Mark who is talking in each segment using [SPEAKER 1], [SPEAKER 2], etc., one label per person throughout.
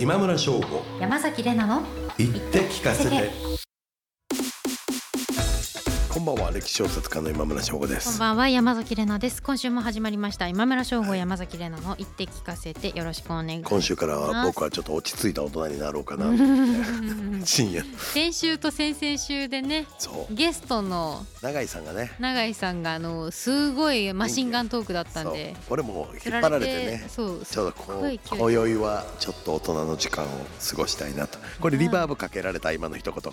[SPEAKER 1] 今村翔吾
[SPEAKER 2] 山崎れなの
[SPEAKER 1] 言って聞かせてこんばんは歴史小説家の今村翔吾で
[SPEAKER 2] こん
[SPEAKER 1] す
[SPEAKER 2] ばんは山崎れなです今週も始まりました今村翔吾山崎れなの言って聞かせてよろしくお願い
[SPEAKER 1] 今週からは僕はちょっと落ち着いた大人になろうかな深夜
[SPEAKER 2] 先週と先々週でね
[SPEAKER 1] そう
[SPEAKER 2] ゲストの
[SPEAKER 1] 永井さんがね
[SPEAKER 2] 永井さんがあのすごいマシンガントークだったんで
[SPEAKER 1] そう俺も引っ張られてね
[SPEAKER 2] そう
[SPEAKER 1] ちょっと
[SPEAKER 2] すっ
[SPEAKER 1] こ
[SPEAKER 2] ごいう勢い
[SPEAKER 1] 今宵はちょっと大人の時間を過ごしたいなとこれリバーブかけられた今の一言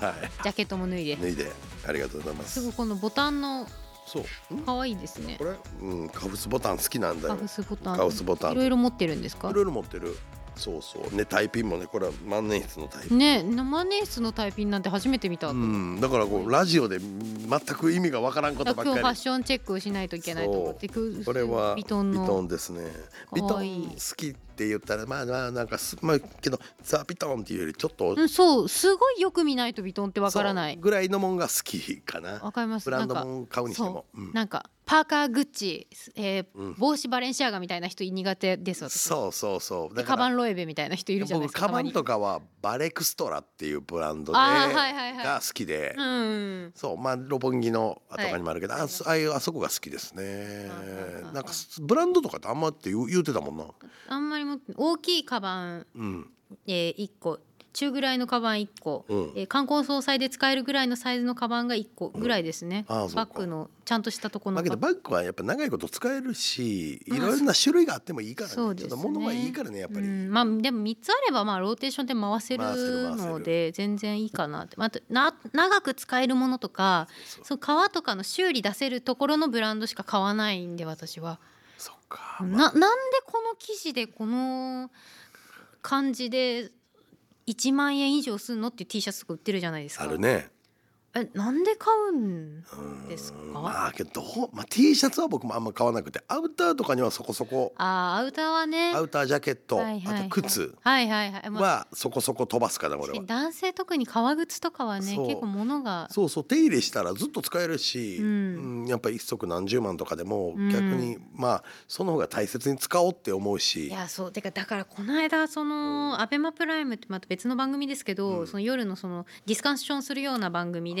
[SPEAKER 1] はい
[SPEAKER 2] ジャケットも脱いで
[SPEAKER 1] 脱いでありがとうございますす
[SPEAKER 2] ぐこのボタンの
[SPEAKER 1] そうん
[SPEAKER 2] 可愛いですね
[SPEAKER 1] これうんカフスボタン好きなんだ
[SPEAKER 2] カ
[SPEAKER 1] よ
[SPEAKER 2] フスボタン
[SPEAKER 1] カフスボタン
[SPEAKER 2] いろいろ持ってるんですか
[SPEAKER 1] いろいろ持ってるそうそうねタイピンもねこれは万年筆のタイピン、
[SPEAKER 2] ね生ネースのタイピンなんて初めて見た、
[SPEAKER 1] うんだからこうラジオで全く意味がわからんこと
[SPEAKER 2] だ
[SPEAKER 1] ば
[SPEAKER 2] か
[SPEAKER 1] っ
[SPEAKER 2] ら今日フ
[SPEAKER 1] か
[SPEAKER 2] ァッ
[SPEAKER 1] り
[SPEAKER 2] ションチェックしないといけないと思って
[SPEAKER 1] これは
[SPEAKER 2] ビトンの
[SPEAKER 1] ビトンですねビ
[SPEAKER 2] か
[SPEAKER 1] ト
[SPEAKER 2] わ
[SPEAKER 1] ン
[SPEAKER 2] いい
[SPEAKER 1] 好きって言ったらまあまあなんかすまあけどザ・ビトンっていうよりちょっと
[SPEAKER 2] うん、そうすごいよく見ないとビトンってわからな
[SPEAKER 1] そ
[SPEAKER 2] いう
[SPEAKER 1] ぐらいのもんが好きかな
[SPEAKER 2] わかります
[SPEAKER 1] ブラン
[SPEAKER 2] なん
[SPEAKER 1] ド
[SPEAKER 2] か
[SPEAKER 1] もん買うにしてもうん
[SPEAKER 2] なんかパーカーグッチ、えー
[SPEAKER 1] うん
[SPEAKER 2] 帽子バレンシアガみたいな人苦手です私
[SPEAKER 1] そうそうそう
[SPEAKER 2] でカバンロエベみたいな人いるじゃないで
[SPEAKER 1] 僕
[SPEAKER 2] すか
[SPEAKER 1] カ
[SPEAKER 2] た
[SPEAKER 1] バ
[SPEAKER 2] ま
[SPEAKER 1] ン
[SPEAKER 2] に
[SPEAKER 1] とかはバレクストラっていうブランドで
[SPEAKER 2] あーはいはいはい
[SPEAKER 1] が好きで
[SPEAKER 2] うん
[SPEAKER 1] そうまあロボンギのとかにもあるけど、
[SPEAKER 2] はい
[SPEAKER 1] あそああいうあそこが好きですね
[SPEAKER 2] うんうんうん
[SPEAKER 1] なんかすブランドとかってあんまって言う言うてたもんな
[SPEAKER 2] あんまりも大きいカバン、
[SPEAKER 1] うん
[SPEAKER 2] えー、1個中ぐらいのカバン1個、
[SPEAKER 1] うん
[SPEAKER 2] えー冠婚葬祭で使えるぐらいのサイズのカバンが1個ぐらいですね、
[SPEAKER 1] うんあーそうか
[SPEAKER 2] バッグのちゃんとしたとこ
[SPEAKER 1] だ
[SPEAKER 2] の
[SPEAKER 1] けど
[SPEAKER 2] バッ
[SPEAKER 1] バ
[SPEAKER 2] グ
[SPEAKER 1] ッグはやっぱ長いこと使えるしい
[SPEAKER 2] まあ
[SPEAKER 1] ろんな種類があってもいいからね
[SPEAKER 2] そうで
[SPEAKER 1] ちょ
[SPEAKER 2] す
[SPEAKER 1] っ
[SPEAKER 2] ね
[SPEAKER 1] と物はいいからねやっぱり、
[SPEAKER 2] うん、まあでも3つあればまあローテーションで回せる
[SPEAKER 1] 回せる回せる
[SPEAKER 2] ので全然いいかなって、まああと、な長く使えるものとか
[SPEAKER 1] そう
[SPEAKER 2] その革とかの修理出せるところのブランドしか買わないんで私は、
[SPEAKER 1] そっか、まあ
[SPEAKER 2] ななんでこの生地でこの感じで1万円以上するのっていう T シャツとか売ってるじゃないですか
[SPEAKER 1] あるね
[SPEAKER 2] えなんで買うん
[SPEAKER 1] うん
[SPEAKER 2] ですか
[SPEAKER 1] まあけど、まあ、T シャツは僕もあんま買わなくてアウターとかにはそこそこ
[SPEAKER 2] あーアウターはね
[SPEAKER 1] アウタージャケット、
[SPEAKER 2] はいはいはい
[SPEAKER 1] あと靴
[SPEAKER 2] はいはいはい、まあ、
[SPEAKER 1] はそこそこ飛ばすかな俺
[SPEAKER 2] 確か
[SPEAKER 1] は
[SPEAKER 2] に。男性特に革靴とかはね
[SPEAKER 1] そう
[SPEAKER 2] 結構物が
[SPEAKER 1] そうそう手入れしたらずっと使えるし、
[SPEAKER 2] うん
[SPEAKER 1] うんやっぱり一足何十万とかでも
[SPEAKER 2] うん
[SPEAKER 1] 逆に、まあその方が大切に使おうって思うし
[SPEAKER 2] いやそうてかだからこの間そのアベマプライムってまた別の番組ですけど、
[SPEAKER 1] うん
[SPEAKER 2] その夜のそのディスカッションするような番組で、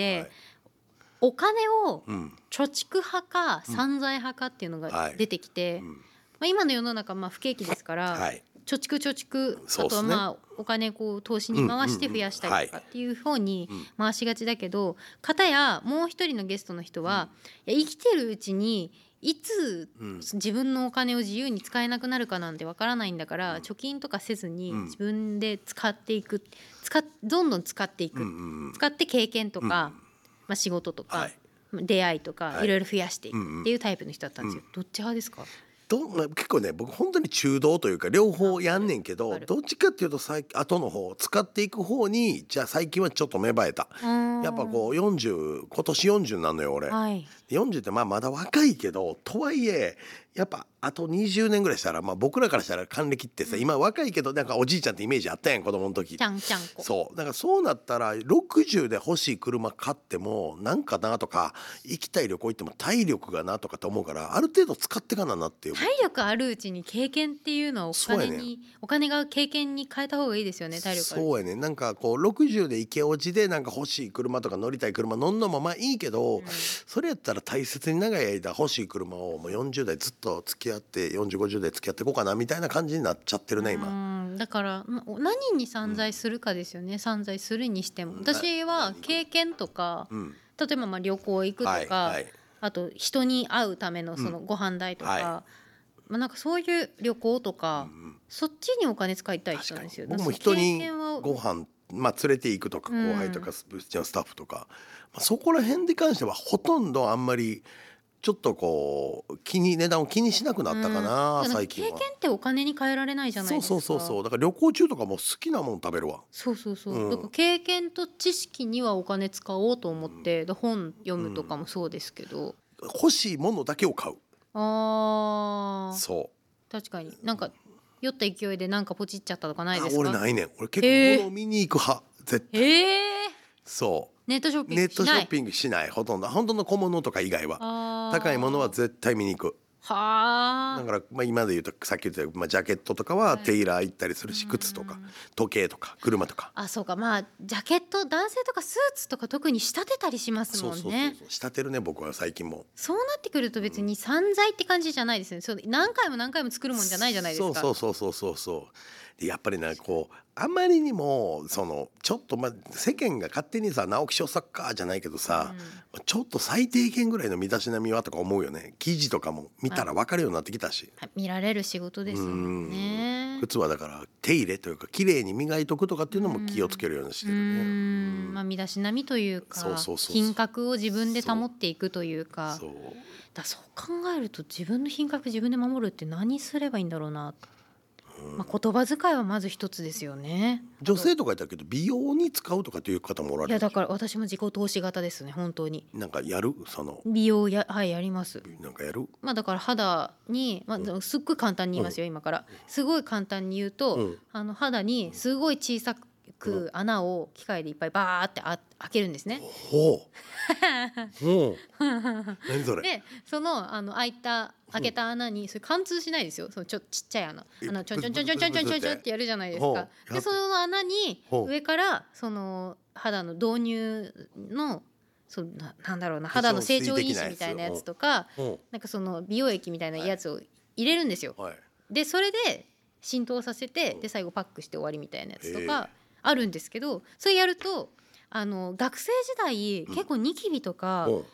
[SPEAKER 1] はい
[SPEAKER 2] お金を
[SPEAKER 1] うん
[SPEAKER 2] 貯蓄派か
[SPEAKER 1] うん
[SPEAKER 2] 散財派かっていうのが
[SPEAKER 1] はい
[SPEAKER 2] 出てきて、
[SPEAKER 1] うん
[SPEAKER 2] まあ、今の世の中まあ不景気ですから、
[SPEAKER 1] はい、
[SPEAKER 2] 貯蓄貯蓄、
[SPEAKER 1] そう
[SPEAKER 2] あ
[SPEAKER 1] っすね
[SPEAKER 2] とはまあお金こう投資に回して増やしたりとか
[SPEAKER 1] うんうんうんはい
[SPEAKER 2] っていう方に
[SPEAKER 1] うん
[SPEAKER 2] 回しがちだけど片やもう一人のゲストの人は、いや生きてるうちにいつ
[SPEAKER 1] うん
[SPEAKER 2] 自分のお金を自由に使えなくなるかなんてわからないんだから、貯金とかせずに
[SPEAKER 1] うん
[SPEAKER 2] 自分で使っていく使っどんどん使っていく、
[SPEAKER 1] うんうん
[SPEAKER 2] 使って経験とか、
[SPEAKER 1] うん
[SPEAKER 2] まあ、仕事とか、
[SPEAKER 1] はい
[SPEAKER 2] 出会いとか、
[SPEAKER 1] はい
[SPEAKER 2] い、ろいろ増やしてい
[SPEAKER 1] うんう
[SPEAKER 2] く
[SPEAKER 1] ん
[SPEAKER 2] っていうタイプの人だったんですよ。どっち派ですか
[SPEAKER 1] どんな結構ね僕本当に中道というか両方やんねんけ
[SPEAKER 2] わ
[SPEAKER 1] ど
[SPEAKER 2] かる
[SPEAKER 1] どっちかっていうと最後の方使っていく方にじゃあ最近はちょっと芽生えた。やっぱこう40今年40なのよ俺、
[SPEAKER 2] はい、
[SPEAKER 1] 40ってまあまだ若いけどとはいえやっぱあと20年ぐらいしたら、まあ、僕らからしたら還暦ってさ、今若いけどなんかおじいちゃんってイメージあったやん子供の時
[SPEAKER 2] ち。ゃんちゃんこ
[SPEAKER 1] そうだからそうなったら60で欲しい車買ってもなんかなとか行きたい旅行行っても体力がなとかと思うからある程度使ってかななっていう、
[SPEAKER 2] 体力あるうちに経験っていうのはお金
[SPEAKER 1] そうやね
[SPEAKER 2] に、お金が経験に変えた方がいいですよね体力ある
[SPEAKER 1] そうやねなんかこう60でイケオジでなんか欲しい車とか乗りたい車乗んのもまあいいけど、
[SPEAKER 2] ん
[SPEAKER 1] それやったら大切に長い間欲しい車をもう40代ずっと付き合って4050代付き合っていこうかなみたいな感じになっちゃってるね今。
[SPEAKER 2] うんだからな何に散財するかですよね、散財するにしても
[SPEAKER 1] うん
[SPEAKER 2] 私は経験とか
[SPEAKER 1] うん
[SPEAKER 2] 例えばまあ旅行行くとか、
[SPEAKER 1] はいはい
[SPEAKER 2] あと人に会うためのそのご飯代とか、
[SPEAKER 1] はい
[SPEAKER 2] まあ、なんかそういう旅行とか、
[SPEAKER 1] うん
[SPEAKER 2] そっちにお金使いたい
[SPEAKER 1] 確
[SPEAKER 2] 人
[SPEAKER 1] か
[SPEAKER 2] な
[SPEAKER 1] に
[SPEAKER 2] んですよ
[SPEAKER 1] 僕も人
[SPEAKER 2] だ
[SPEAKER 1] に
[SPEAKER 2] からその経験
[SPEAKER 1] ご
[SPEAKER 2] は
[SPEAKER 1] 飯まあ連れて行くとか
[SPEAKER 2] うん
[SPEAKER 1] 後輩とかうちのスタッフとか、まあ、そこら辺に関してはほとんどあんまりちょっとこう気に値段を気にしなくなったかな、
[SPEAKER 2] うん
[SPEAKER 1] 最近は
[SPEAKER 2] 経。験ってお金に変えられないじゃない
[SPEAKER 1] そ
[SPEAKER 2] で
[SPEAKER 1] う
[SPEAKER 2] すか
[SPEAKER 1] そうそうそうだから旅行中とかも好きなもん食べるわ。
[SPEAKER 2] そうそうそう、
[SPEAKER 1] うん
[SPEAKER 2] だから経験と知識にはお金使おうと思って、で本読むとかもそうですけど、
[SPEAKER 1] 欲しいものだけを買う。
[SPEAKER 2] あー
[SPEAKER 1] そう。
[SPEAKER 2] 確かになんか酔った勢いでなんかポチっちゃったとかないで
[SPEAKER 1] あ
[SPEAKER 2] すか
[SPEAKER 1] 俺ないねん。俺結
[SPEAKER 2] へ
[SPEAKER 1] 構
[SPEAKER 2] ー
[SPEAKER 1] 物を見に行く派。絶対。
[SPEAKER 2] ええ
[SPEAKER 1] そ
[SPEAKER 2] ネットショッ
[SPEAKER 1] う。
[SPEAKER 2] ピン
[SPEAKER 1] ネッ
[SPEAKER 2] グ
[SPEAKER 1] ト
[SPEAKER 2] し
[SPEAKER 1] シ
[SPEAKER 2] な
[SPEAKER 1] ョッ
[SPEAKER 2] い
[SPEAKER 1] ピングしない。ほとんど本当の小物とか以外は。高いものは絶対見に行く。
[SPEAKER 2] は
[SPEAKER 1] だ
[SPEAKER 2] あ
[SPEAKER 1] からまあ今で言うとさっき言った、まあ、ジャケットとかはテイラー行ったりするし、靴とか時計とか車とか。
[SPEAKER 2] あそうかまあジャケット男性とかスーツとか特に仕立てたりします
[SPEAKER 1] そう
[SPEAKER 2] もん
[SPEAKER 1] そ
[SPEAKER 2] ね
[SPEAKER 1] うそう
[SPEAKER 2] そ
[SPEAKER 1] うそう。仕立てるね僕は最近も。
[SPEAKER 2] なってくると別に散財って感じじゃないですねそう何回も何回も作るもんじゃないじゃないですか
[SPEAKER 1] そうそうそうそうそうそうでやっぱりねこうあまりにもそのちょっとまあ世間が勝手にさ直木賞作家じゃないけどさ、ちょっと最低限ぐらいの身だしなみはとか思うよね記事とかも見たら分かるようになってきたし、
[SPEAKER 2] はい見られる仕事ですもんね
[SPEAKER 1] 靴はだから手入れというか綺麗に磨いとくとかっていうのも気をつけるようにして
[SPEAKER 2] う
[SPEAKER 1] るね。
[SPEAKER 2] んまあ身だしなみというか
[SPEAKER 1] そうそうそうそう
[SPEAKER 2] 品格を自分で保っていくというか
[SPEAKER 1] そう
[SPEAKER 2] だそう考えると自分の品格自分で守るって何すればいいんだろうな、まあ、言葉遣いはまず一つですよね
[SPEAKER 1] 女性とかいたけど美容に使うとかっていう方もおら
[SPEAKER 2] い
[SPEAKER 1] れ
[SPEAKER 2] や
[SPEAKER 1] る
[SPEAKER 2] だから私も自己投資型ですね本当に
[SPEAKER 1] なんかやるその
[SPEAKER 2] 美容やはいやります
[SPEAKER 1] なんかやる
[SPEAKER 2] まあだから肌に、まあ、すっごい簡単に言いますよ、今からすごい簡単に言うと、
[SPEAKER 1] うん
[SPEAKER 2] あの肌にすごい小さく穴を機械でいっぱいバーってあ開けるんですね
[SPEAKER 1] ほうほう何それ
[SPEAKER 2] でそのあの開いた開けた穴にそれ貫通しないですよそのちょちっちゃい穴
[SPEAKER 1] え
[SPEAKER 2] あのちょんちょんちょんちょんちょんちょんちょんちょんってやるじゃないです
[SPEAKER 1] ほうや
[SPEAKER 2] か
[SPEAKER 1] って
[SPEAKER 2] でその穴に
[SPEAKER 1] ほう
[SPEAKER 2] 上からその肌の導入のそのななんだろうな肌の成長因子みたいなやつとか
[SPEAKER 1] ほ
[SPEAKER 2] なんかその美容液みたいなやつを入れるんですよ
[SPEAKER 1] うはい
[SPEAKER 2] でそれで浸透させてで最後パックして終わりみたいなやつとかあるんですけどそれやるとあの学生時代結構ニキビとか、
[SPEAKER 1] ほ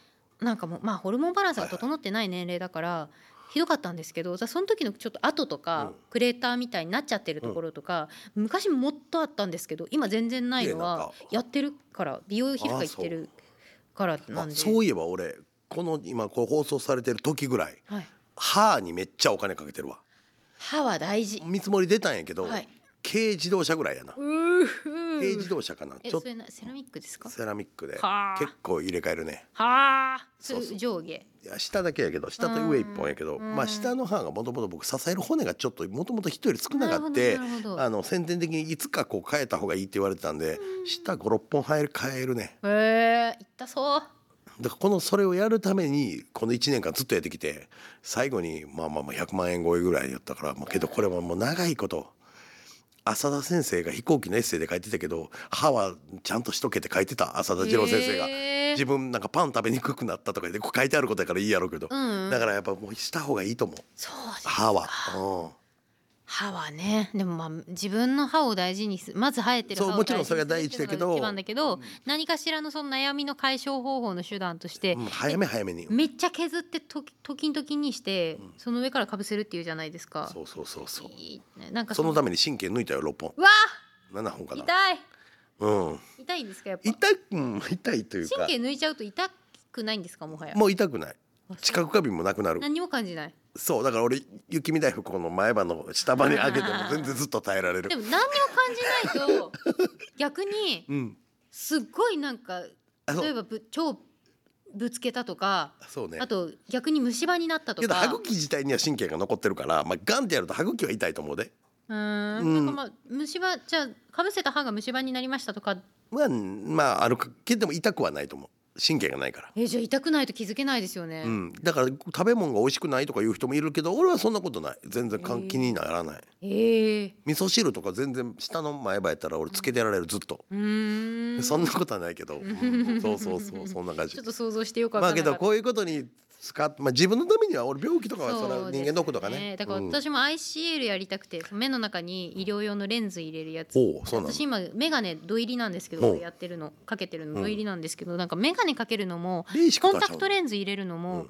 [SPEAKER 1] う
[SPEAKER 2] なんかもうまあホルモンバランスが整ってない年齢だからひどかったんですけどその時のちょっと跡と
[SPEAKER 1] う
[SPEAKER 2] か
[SPEAKER 1] ん
[SPEAKER 2] クレーターみたいになっちゃってるところとか昔もっとあったんですけど今全然ないのは
[SPEAKER 1] 綺麗
[SPEAKER 2] やってるから美容皮膚科行ってるからなん
[SPEAKER 1] あ
[SPEAKER 2] で
[SPEAKER 1] そういえば俺この今こう放送されてる時ぐらい
[SPEAKER 2] はい
[SPEAKER 1] 歯にめっちゃお金かけてるわ
[SPEAKER 2] 歯は大事
[SPEAKER 1] 見積もり出たんやけど、
[SPEAKER 2] はい
[SPEAKER 1] 軽自動車ぐらいやな
[SPEAKER 2] うー
[SPEAKER 1] 軽自動車かな
[SPEAKER 2] え
[SPEAKER 1] ちょっ
[SPEAKER 2] そ
[SPEAKER 1] と
[SPEAKER 2] れなセラミックですか
[SPEAKER 1] セラミックで
[SPEAKER 2] はあ
[SPEAKER 1] 結構入れ替えるね
[SPEAKER 2] はあそ
[SPEAKER 1] そううそう
[SPEAKER 2] いう上下
[SPEAKER 1] いや下だけやけど下と上一本やけど
[SPEAKER 2] うん
[SPEAKER 1] まあ下の歯がもともと僕支える骨がちょっともともと人より少なかっ
[SPEAKER 2] なる
[SPEAKER 1] て
[SPEAKER 2] ほどなるほど
[SPEAKER 1] あの先天的にいつかこう変えた方がいいって言われてたんで下56本生える変えるね
[SPEAKER 2] へえ痛そ
[SPEAKER 1] だ
[SPEAKER 2] う
[SPEAKER 1] からこのそれをやるためにこの1年間ずっとやってきて最後にまあまあまあ100万円超えぐらいやったから、まあ、けどこれはもう長いこと浅田先生が飛行機のエッセイで書いてたけど歯はちゃんとしとけって書いてた浅田次郎先生が、
[SPEAKER 2] へー
[SPEAKER 1] 自分なんかパン食べにくくなったとかでこう書いてあることやからいいやろうけど、
[SPEAKER 2] うんうん
[SPEAKER 1] だからやっぱもうした方がいいと思う
[SPEAKER 2] そうです
[SPEAKER 1] 歯は。うん
[SPEAKER 2] 歯はねでもまあ自分の歯を大事にすまず生えてる
[SPEAKER 1] そう
[SPEAKER 2] 歯を
[SPEAKER 1] もちろんそ
[SPEAKER 2] 大事にする
[SPEAKER 1] れが第一だけど
[SPEAKER 2] っていうのが一番だけど、何かしらのその悩みの解消方法の手段として、
[SPEAKER 1] うん早め早めに。
[SPEAKER 2] めっちゃ削ってとときんときにして、その上からかぶせるっていうじゃないですか
[SPEAKER 1] そうそうそうそう。
[SPEAKER 2] いいねなんか
[SPEAKER 1] その
[SPEAKER 2] だ
[SPEAKER 1] ために神経抜いたよ6本
[SPEAKER 2] うわ
[SPEAKER 1] 7本かな。
[SPEAKER 2] 痛い
[SPEAKER 1] うん
[SPEAKER 2] 痛いんですかやっぱ
[SPEAKER 1] 痛い、うん、痛いというか
[SPEAKER 2] 神経抜いちゃうと痛くないんですかもはや
[SPEAKER 1] もう痛くない
[SPEAKER 2] あそう
[SPEAKER 1] 知覚過敏もなくなる
[SPEAKER 2] 何にも感じない
[SPEAKER 1] そうだから俺雪見大福この前歯の下歯に上げても全然ずっと耐えられ
[SPEAKER 2] で
[SPEAKER 1] る
[SPEAKER 2] も何にも感じないと逆に
[SPEAKER 1] うん
[SPEAKER 2] すっごいなんか
[SPEAKER 1] あそう
[SPEAKER 2] 例えばぶ超ぶつけたとか
[SPEAKER 1] そうね
[SPEAKER 2] あと逆に虫歯になったと
[SPEAKER 1] けど
[SPEAKER 2] か
[SPEAKER 1] 歯茎自体には神経が残ってるから、まあ、ガンってやると歯茎は痛いと思うで
[SPEAKER 2] うー
[SPEAKER 1] うん
[SPEAKER 2] んなんかまあ虫歯じゃあかぶせた歯が虫歯になりましたとか
[SPEAKER 1] まあ、まあ、あるけどでも痛くはないと思う神経がないから、
[SPEAKER 2] えじゃあ痛くないと気づけないですよね、
[SPEAKER 1] うん、だから食べ物が美味しくないとかいう人もいるけど俺はそんなことない全然関
[SPEAKER 2] へえ
[SPEAKER 1] 気にならない
[SPEAKER 2] ええ
[SPEAKER 1] 味噌汁とか全然下の前歯やったら俺つけてられるずっと、
[SPEAKER 2] うーん
[SPEAKER 1] そんなことはないけ ど、うんそうそうそうそんな感じ
[SPEAKER 2] ちょっと想像してよくわ
[SPEAKER 1] ま
[SPEAKER 2] か
[SPEAKER 1] あ
[SPEAKER 2] ん
[SPEAKER 1] け
[SPEAKER 2] なか
[SPEAKER 1] ど
[SPEAKER 2] った
[SPEAKER 1] こういうことに使って、まあ、自分のためには俺病気とかはそれ
[SPEAKER 2] そ
[SPEAKER 1] は人
[SPEAKER 2] うです
[SPEAKER 1] 間ドックとかね
[SPEAKER 2] だから
[SPEAKER 1] うん
[SPEAKER 2] 私も ICL やりたくて、目の中に医療用のレンズ入れるやつ
[SPEAKER 1] おうそうなの
[SPEAKER 2] 私今眼鏡土入りなんですけ
[SPEAKER 1] ほ
[SPEAKER 2] ど
[SPEAKER 1] う
[SPEAKER 2] これやってるのかけてるの土入りなんですけど、なんか眼鏡かけるのも
[SPEAKER 1] レーシック
[SPEAKER 2] コ
[SPEAKER 1] と
[SPEAKER 2] ン
[SPEAKER 1] はち
[SPEAKER 2] タ
[SPEAKER 1] ゃうの
[SPEAKER 2] クトレンズ入れるのも、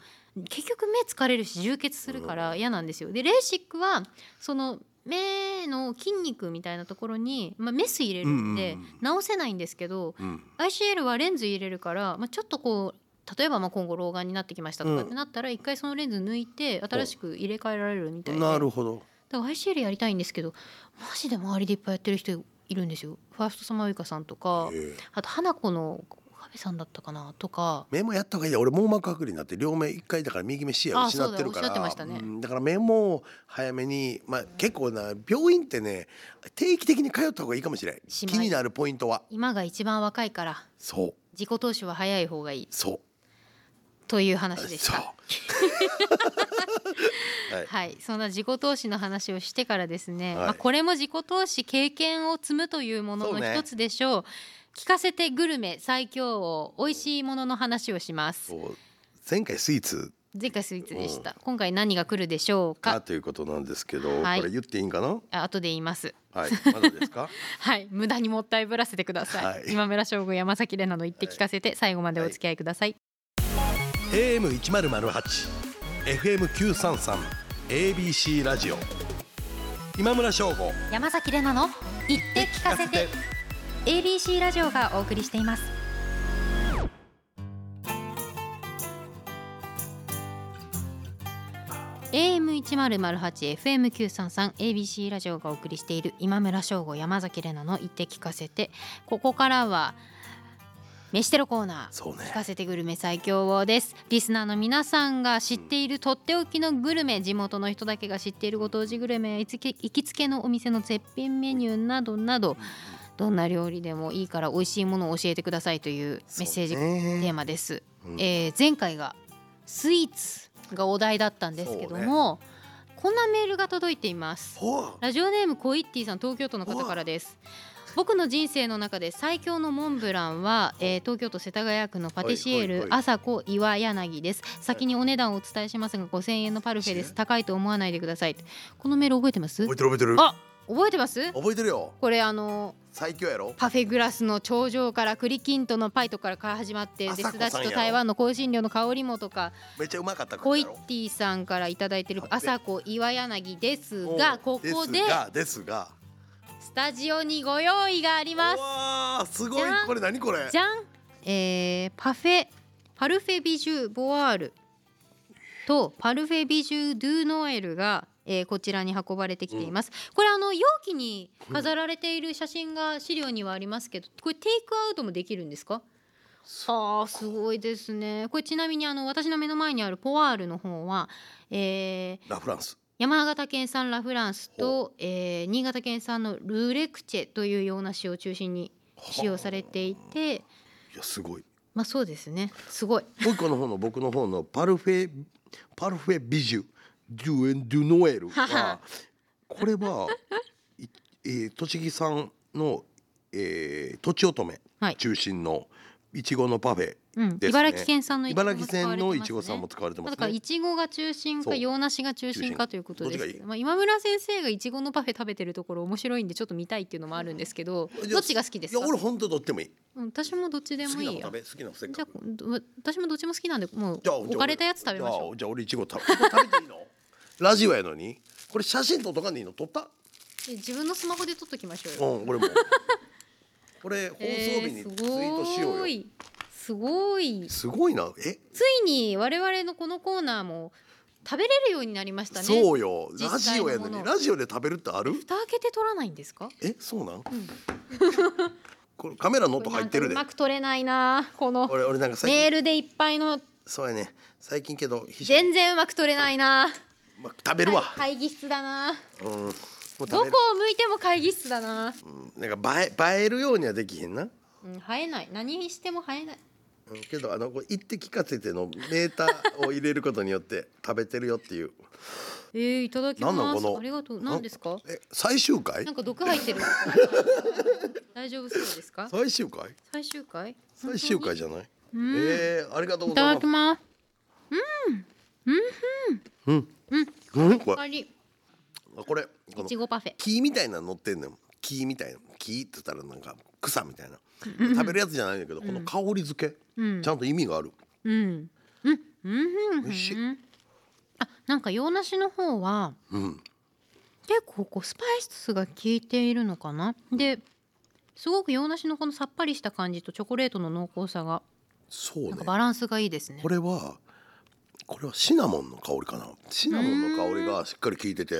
[SPEAKER 2] 結局目疲れるし充血するから嫌なんですよ。でレーシックはその目の筋肉みたいなところに、まあ、メス入れるん
[SPEAKER 1] う
[SPEAKER 2] で
[SPEAKER 1] んうん
[SPEAKER 2] 直せないんですけど、
[SPEAKER 1] うん
[SPEAKER 2] ICL はレンズ入れるから、まあ、ちょっとこう例えばまあ今後老眼になってきましたとかってなったら一回そのレンズ抜いて新しく入れ替えられるみたいで
[SPEAKER 1] なるほど
[SPEAKER 2] だから ICL やりたいんですけどマジで周りでいっぱいやってる人いるんですよファーストサマーウイカさんとか
[SPEAKER 1] ええ
[SPEAKER 2] あと花子の岡部さんだったかなとか
[SPEAKER 1] 目もやった方がいいよ俺網膜剥離になって両目一回だから右目視野を
[SPEAKER 2] あ
[SPEAKER 1] 失ってるから
[SPEAKER 2] そうだおっしゃってましたね
[SPEAKER 1] んだから目も早めに、まあ、結構な病院ってね定期的に通った方がいいかもしれない
[SPEAKER 2] し
[SPEAKER 1] 気
[SPEAKER 2] まい
[SPEAKER 1] になるポイントは
[SPEAKER 2] 今が一番若いから
[SPEAKER 1] そう
[SPEAKER 2] 自己投資は早い方がいい
[SPEAKER 1] そう
[SPEAKER 2] という話でし
[SPEAKER 1] そう
[SPEAKER 2] た。はい、そんな自己投資の話をしてからですね、
[SPEAKER 1] はい
[SPEAKER 2] まあ、これも自己投資経験を積むというもの
[SPEAKER 1] そ
[SPEAKER 2] の
[SPEAKER 1] うね
[SPEAKER 2] 一つでしょう聞かせてグルメ最強王美味しいものの話をします
[SPEAKER 1] そう前回スイーツ
[SPEAKER 2] 前回スイーツでした、今回何が来るでしょう
[SPEAKER 1] か
[SPEAKER 2] か
[SPEAKER 1] ということなんですけど、
[SPEAKER 2] はい
[SPEAKER 1] これ言っていいんかな
[SPEAKER 2] あ後で言います
[SPEAKER 1] はいまだですか
[SPEAKER 2] はい無駄にもったいぶらせてください、
[SPEAKER 1] はい
[SPEAKER 2] 今村翔吾山崎怜奈の言って聞かせて最後までお付き合いください、
[SPEAKER 1] AM1008 FM933 ABC ラジオ今村翔吾
[SPEAKER 2] 山崎怜奈の言って聞かせて ABC ラジオがお送りしています1 0 0 8 FM 9 3 3 ABC ラジオがお送りしている今村翔吾山崎怜奈の言って聞かせてここからは飯テロコーナー
[SPEAKER 1] そうね
[SPEAKER 2] 聞かせてグルメ最強王ですリスナーの皆さんが知っているとっておきのグルメ地元の人だけが知っているご当地グルメや行きつけ行きつけのお店の絶品メニューなどなどどんな料理でもいいから美味しいものを教えてくださいというメッセージ
[SPEAKER 1] そ
[SPEAKER 2] テ
[SPEAKER 1] うね
[SPEAKER 2] ーマです、
[SPEAKER 1] うん
[SPEAKER 2] えー前回がスイーツがお題だったんですけども、こんなメールが届いています
[SPEAKER 1] ほう
[SPEAKER 2] ラジオネームコイッティさん東京都の方からです僕の人生の中で最強のモンブランは、えー東京都世田谷区のパティシエ
[SPEAKER 1] はいはい
[SPEAKER 2] ール
[SPEAKER 1] はい
[SPEAKER 2] 朝子岩柳です先にお値段をお伝えしますが5000円のパルフェで
[SPEAKER 1] え
[SPEAKER 2] す高いと思わないでくださいこのメール覚えてます
[SPEAKER 1] 覚えてる覚えてる
[SPEAKER 2] あ覚えてます
[SPEAKER 1] 覚えてるよ
[SPEAKER 2] これあの
[SPEAKER 1] 最強やろ
[SPEAKER 2] パフェグラスの頂上から栗きんとんのパイとかから始まって
[SPEAKER 1] 朝子
[SPEAKER 2] デ
[SPEAKER 1] さん
[SPEAKER 2] スダチ
[SPEAKER 1] や
[SPEAKER 2] と
[SPEAKER 1] ろ
[SPEAKER 2] 台湾の香辛料の香りもとか
[SPEAKER 1] めっちゃうまかった
[SPEAKER 2] コ
[SPEAKER 1] 栗
[SPEAKER 2] イ
[SPEAKER 1] や
[SPEAKER 2] ッ
[SPEAKER 1] ろ
[SPEAKER 2] ティさんからいただいてる朝子岩柳です
[SPEAKER 1] お
[SPEAKER 2] が
[SPEAKER 1] う
[SPEAKER 2] ここで
[SPEAKER 1] ですがですが
[SPEAKER 2] スタジオにご用意があります
[SPEAKER 1] うわーすごい
[SPEAKER 2] じゃん
[SPEAKER 1] これ何これ
[SPEAKER 2] じゃん、えーパフェパルフェビジュボワールとパルフェビジュドゥノエルが、えーこちらに運ばれてきています、これあの容器に飾られている写真が資料にはありますけどこれテイクアウトもできるんですかはあすごいですねこれちなみにあの私の目の前にあるポワールの方は、えー
[SPEAKER 1] ラフランス
[SPEAKER 2] 山形県産ラ・フランスと、えー新潟県産のルレクチェというような塩を中心に使用されていて、
[SPEAKER 1] いやすごい
[SPEAKER 2] まあそうですね。すごい。
[SPEAKER 1] もう一個の方の僕の方のパルフェパルフェビジュデュエン・ドゥ・ノエル
[SPEAKER 2] は
[SPEAKER 1] は
[SPEAKER 2] は
[SPEAKER 1] これは、いえー栃木産の、えー、とちおとめ
[SPEAKER 2] はい
[SPEAKER 1] 中心のいちごのパフェ
[SPEAKER 2] うん。
[SPEAKER 1] ですね
[SPEAKER 2] 茨城県産のイチゴ
[SPEAKER 1] 茨
[SPEAKER 2] が
[SPEAKER 1] 城
[SPEAKER 2] 使わ
[SPEAKER 1] 県
[SPEAKER 2] れてま
[SPEAKER 1] の
[SPEAKER 2] すね
[SPEAKER 1] いちごさんも使われてま
[SPEAKER 2] だ
[SPEAKER 1] す
[SPEAKER 2] から
[SPEAKER 1] ね
[SPEAKER 2] いちごが中心
[SPEAKER 1] そ
[SPEAKER 2] か
[SPEAKER 1] う
[SPEAKER 2] 洋梨が中心
[SPEAKER 1] 中心
[SPEAKER 2] かということです
[SPEAKER 1] どっちがい
[SPEAKER 2] け
[SPEAKER 1] い
[SPEAKER 2] ど、まあ、今村先生がいちごのパフェ食べてるところ面白いんでちょっと見たいっていうのもあるんですけど
[SPEAKER 1] いや
[SPEAKER 2] どっちが好きですか
[SPEAKER 1] いや俺本当どっちでもいい
[SPEAKER 2] うん私もどっちで
[SPEAKER 1] 好
[SPEAKER 2] も
[SPEAKER 1] き
[SPEAKER 2] い
[SPEAKER 1] ないの
[SPEAKER 2] や
[SPEAKER 1] 食べ好きなのせっ
[SPEAKER 2] じ
[SPEAKER 1] か
[SPEAKER 2] ゃ
[SPEAKER 1] く
[SPEAKER 2] あど私もどっちも好きなんでもう
[SPEAKER 1] じゃあ
[SPEAKER 2] 置かれたやつ食べましょ
[SPEAKER 1] じゃあじゃあ俺いちご食べこれ食べていい のラジオやのにこれ写真撮っとかんでいいの撮った
[SPEAKER 2] う自分のスマホで撮っときましょうよ
[SPEAKER 1] うん 俺もこれ放送日に
[SPEAKER 2] え
[SPEAKER 1] ツイ
[SPEAKER 2] ー
[SPEAKER 1] ートしよう
[SPEAKER 2] す
[SPEAKER 1] よ、
[SPEAKER 2] ごいすごい
[SPEAKER 1] すごいなえ
[SPEAKER 2] ついに我々のこのコーナーも食べれるようになりましたね
[SPEAKER 1] そうよラ
[SPEAKER 2] 実
[SPEAKER 1] ジ
[SPEAKER 2] 際の
[SPEAKER 1] オや
[SPEAKER 2] もの
[SPEAKER 1] のにラジオで食べるってある
[SPEAKER 2] 蓋開けて取らないんですか
[SPEAKER 1] えそうなん、 これカメラの音入ってる
[SPEAKER 2] う
[SPEAKER 1] で
[SPEAKER 2] まく取れないなこの
[SPEAKER 1] 俺俺なんか最
[SPEAKER 2] メー
[SPEAKER 1] 近
[SPEAKER 2] ルでいっぱいの
[SPEAKER 1] そうやね最近けど非常に
[SPEAKER 2] 全然うまく取れないな
[SPEAKER 1] まあ食べるわ、
[SPEAKER 2] 会議室だな
[SPEAKER 1] うんもう食べ
[SPEAKER 2] どこ
[SPEAKER 1] る
[SPEAKER 2] を向いても会議室だな、
[SPEAKER 1] うんなんか映え映えるようにはできへんな、
[SPEAKER 2] うん、生えない何にしても生えない
[SPEAKER 1] うん、けどあのこう言って聞かせてのメーターを入れることによって 食べてるよっていう
[SPEAKER 2] えー、いただきま
[SPEAKER 1] なんなん
[SPEAKER 2] す
[SPEAKER 1] この
[SPEAKER 2] ありがとう何ですか
[SPEAKER 1] え最終回
[SPEAKER 2] なんか毒 入ってる大丈夫そうですか
[SPEAKER 1] 最終回
[SPEAKER 2] 最終回
[SPEAKER 1] 最終回じゃない
[SPEAKER 2] ん
[SPEAKER 1] えー、ありがとう
[SPEAKER 2] い
[SPEAKER 1] ご
[SPEAKER 2] た
[SPEAKER 1] ざい
[SPEAKER 2] だ
[SPEAKER 1] ま
[SPEAKER 2] き
[SPEAKER 1] す
[SPEAKER 2] ます
[SPEAKER 1] 何これ
[SPEAKER 2] あり
[SPEAKER 1] あこれこ
[SPEAKER 2] い
[SPEAKER 1] の
[SPEAKER 2] ちごパフェ
[SPEAKER 1] 木みたいなの乗ってんのよ木みたいな木って言ったらなんか草みたいな食べるやつじゃないんだけど、この香り付け、
[SPEAKER 2] うん
[SPEAKER 1] ちゃんと意味がある
[SPEAKER 2] うんうんうん
[SPEAKER 1] 美味しい
[SPEAKER 2] あなんか洋梨の方は
[SPEAKER 1] うん
[SPEAKER 2] 結構こうスパイスが効いているのかなですごく洋梨のこのさっぱりした感じとチョコレートの濃厚さが
[SPEAKER 1] そうね
[SPEAKER 2] なんかバランスがいいですね
[SPEAKER 1] これはこれはシナモンの香りかなシナモンの香りがしっかり効いてて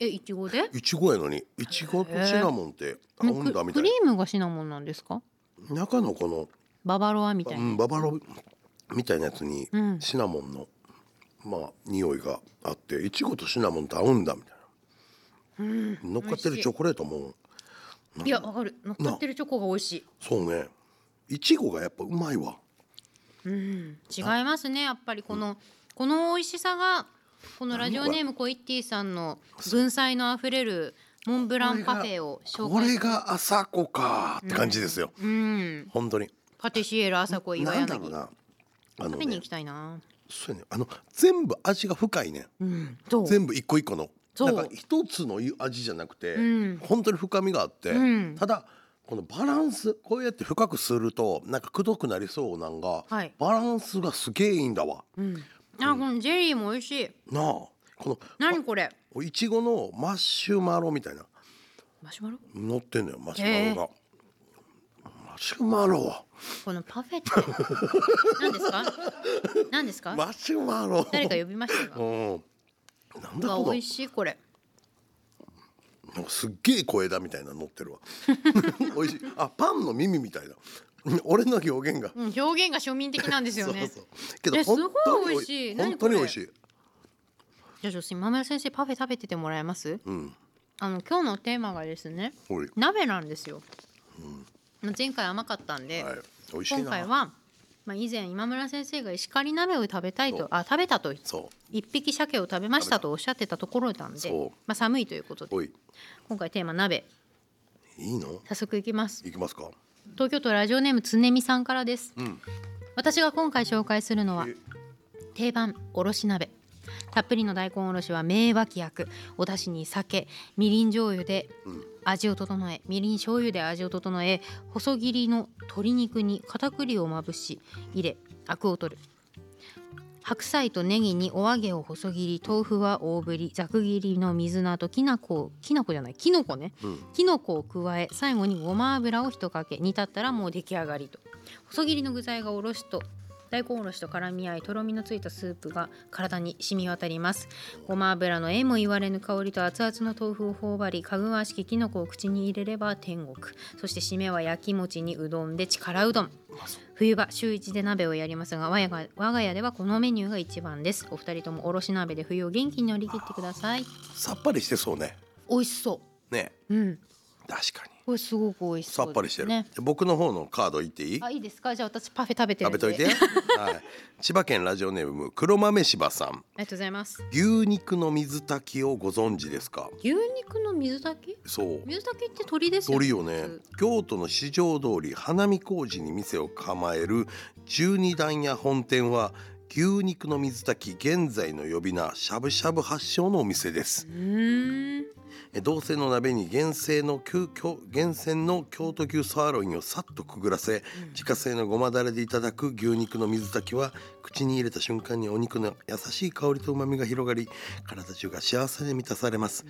[SPEAKER 2] えいちごで
[SPEAKER 1] いちごやのにいちごとシナモンって合
[SPEAKER 2] ね
[SPEAKER 1] うんだ
[SPEAKER 2] ク
[SPEAKER 1] み
[SPEAKER 2] ク
[SPEAKER 1] たい
[SPEAKER 2] リームがシナモンなんですか
[SPEAKER 1] な中のこの、
[SPEAKER 2] ババロアみたいうな、
[SPEAKER 1] ん、ババロみたいなやつに
[SPEAKER 2] うん
[SPEAKER 1] シナモンのまあ匂いがあっていちごとシナモンって合うんだみたい
[SPEAKER 2] うん
[SPEAKER 1] な乗っかってるチョコレートも
[SPEAKER 2] いやわかる乗っかってるチョコが美味しい
[SPEAKER 1] そうねいちごがやっぱうまいわ
[SPEAKER 2] うん、違いますねやっぱりこの、この美味しさがこのラジオネームコイッティさんの文才のあふれるモンブランパフェを紹
[SPEAKER 1] こ
[SPEAKER 2] 介
[SPEAKER 1] れが朝子かって感じですよ、
[SPEAKER 2] うん
[SPEAKER 1] 本当に
[SPEAKER 2] パティシエール朝子岩
[SPEAKER 1] なん
[SPEAKER 2] 柳
[SPEAKER 1] だろうなあの
[SPEAKER 2] 食べに
[SPEAKER 1] ね
[SPEAKER 2] 行きたいな、
[SPEAKER 1] そうやねあの全部味が深いね
[SPEAKER 2] うん、どう
[SPEAKER 1] 全部一個一個の
[SPEAKER 2] そう
[SPEAKER 1] なんか一つの味じゃなくて、
[SPEAKER 2] うん
[SPEAKER 1] 本当に深みがあって、
[SPEAKER 2] うん
[SPEAKER 1] ただこのバランスこうやって深くするとなんかくどくなりそうなんが、
[SPEAKER 2] はい
[SPEAKER 1] バランスがすげえいいんだわ
[SPEAKER 2] うん、あこのジェリーも美味しい
[SPEAKER 1] なあこ
[SPEAKER 2] 何これ
[SPEAKER 1] のいちごのマッシュマロみたいな
[SPEAKER 2] マシュマロ
[SPEAKER 1] 乗ってんのよマシュマロが、マシュマロ
[SPEAKER 2] このパフェって何ですか何ですか、
[SPEAKER 1] マシュマロ
[SPEAKER 2] 誰か呼びましたが
[SPEAKER 1] うんなんだ
[SPEAKER 2] うわ
[SPEAKER 1] こ
[SPEAKER 2] 美味
[SPEAKER 1] の
[SPEAKER 2] しいこれ
[SPEAKER 1] なんかすっげえ小枝みたいなの乗ってるわ 美味しいあパンの耳みたいだ 俺の表現が
[SPEAKER 2] うん表現が庶民的なんですよね
[SPEAKER 1] そうそうけど
[SPEAKER 2] えすごい
[SPEAKER 1] 本当に
[SPEAKER 2] 美味しい何
[SPEAKER 1] 本当に
[SPEAKER 2] こ
[SPEAKER 1] 美
[SPEAKER 2] れ
[SPEAKER 1] 味しい。
[SPEAKER 2] じゃあちょっと今村先生パフェ食べててもらえます
[SPEAKER 1] うん。
[SPEAKER 2] あの今日のテーマがですね
[SPEAKER 1] おい。
[SPEAKER 2] 鍋なんですよ、前回甘かったんで、
[SPEAKER 1] はい。美味しいな。
[SPEAKER 2] 今回は、まあ、以前今村先生が石狩鍋を食べたい
[SPEAKER 1] そ
[SPEAKER 2] と
[SPEAKER 1] う
[SPEAKER 2] あ食べたと
[SPEAKER 1] そ
[SPEAKER 2] 一匹鮭を食べましたとおっしゃってたところなんで
[SPEAKER 1] そう、
[SPEAKER 2] まあ、寒いということ
[SPEAKER 1] う。
[SPEAKER 2] で
[SPEAKER 1] おい。
[SPEAKER 2] 今回テーマ鍋
[SPEAKER 1] いいの？
[SPEAKER 2] 早速いきます
[SPEAKER 1] いきますか。
[SPEAKER 2] 東京都ラジオネームつねみさんからです
[SPEAKER 1] うん。
[SPEAKER 2] 私が今回紹介するのは
[SPEAKER 1] え
[SPEAKER 2] 定番おろし鍋たっぷりの大根おろしは名脇役お出汁に酒みりん醤油で
[SPEAKER 1] うん
[SPEAKER 2] 味を整えみりん醤油で味を整え細切りの鶏肉に片栗をまぶし入れアクを取る白菜とネギにお揚げを細切り豆腐は大ぶりざく切りの水菜ときな粉をきな粉じゃないきのこね
[SPEAKER 1] うん。
[SPEAKER 2] きのこを加え最後にごま油をひとかけ煮立ったらもう出来上がりと細切りの具材がおろしと大根おろしと絡み合いとろみのついたスープが体に染み渡りますごま油のえも言われぬ香りと熱々の豆腐を頬張りかぐわしききのこを口に入れれば天国そして締めは焼き餅にうどんで力うどん冬場週一で鍋をやりますが我が我が家ではこのメニューが一番ですお二人ともおろし鍋で冬を元気に乗り切ってください
[SPEAKER 1] さっぱりしてそうね。
[SPEAKER 2] 美味しそ
[SPEAKER 1] ね。
[SPEAKER 2] ううん
[SPEAKER 1] 確かに。
[SPEAKER 2] これすごく美味しそ
[SPEAKER 1] さ
[SPEAKER 2] う
[SPEAKER 1] っぱりしてる。
[SPEAKER 2] ね
[SPEAKER 1] で僕の方のカード言っていい？
[SPEAKER 2] あいいですかじゃあ私パフェ食べてる
[SPEAKER 1] 食
[SPEAKER 2] ん
[SPEAKER 1] べ
[SPEAKER 2] で
[SPEAKER 1] といて。はい。千葉県ラジオネーム黒豆柴さん。
[SPEAKER 2] ありがとうございます
[SPEAKER 1] 牛肉の水炊きをご存知ですか？
[SPEAKER 2] 牛肉の水炊き
[SPEAKER 1] そう。
[SPEAKER 2] 水炊きって鳥ですよ
[SPEAKER 1] 鳥よね
[SPEAKER 2] 普通
[SPEAKER 1] 京都の市場通り花見小路に店を構える十二段屋本店は牛肉の水炊き現在の呼び名しゃぶしゃぶ発祥のお店です
[SPEAKER 2] うーん
[SPEAKER 1] え同製の鍋に厳正のきゅ京厳選の京都牛サーロインをさっとくぐらせ自家製のごまだれでいただく牛肉の水炊きは口に入れた瞬間にお肉の優しい香りとうまみが広がり体中が幸せで満たされます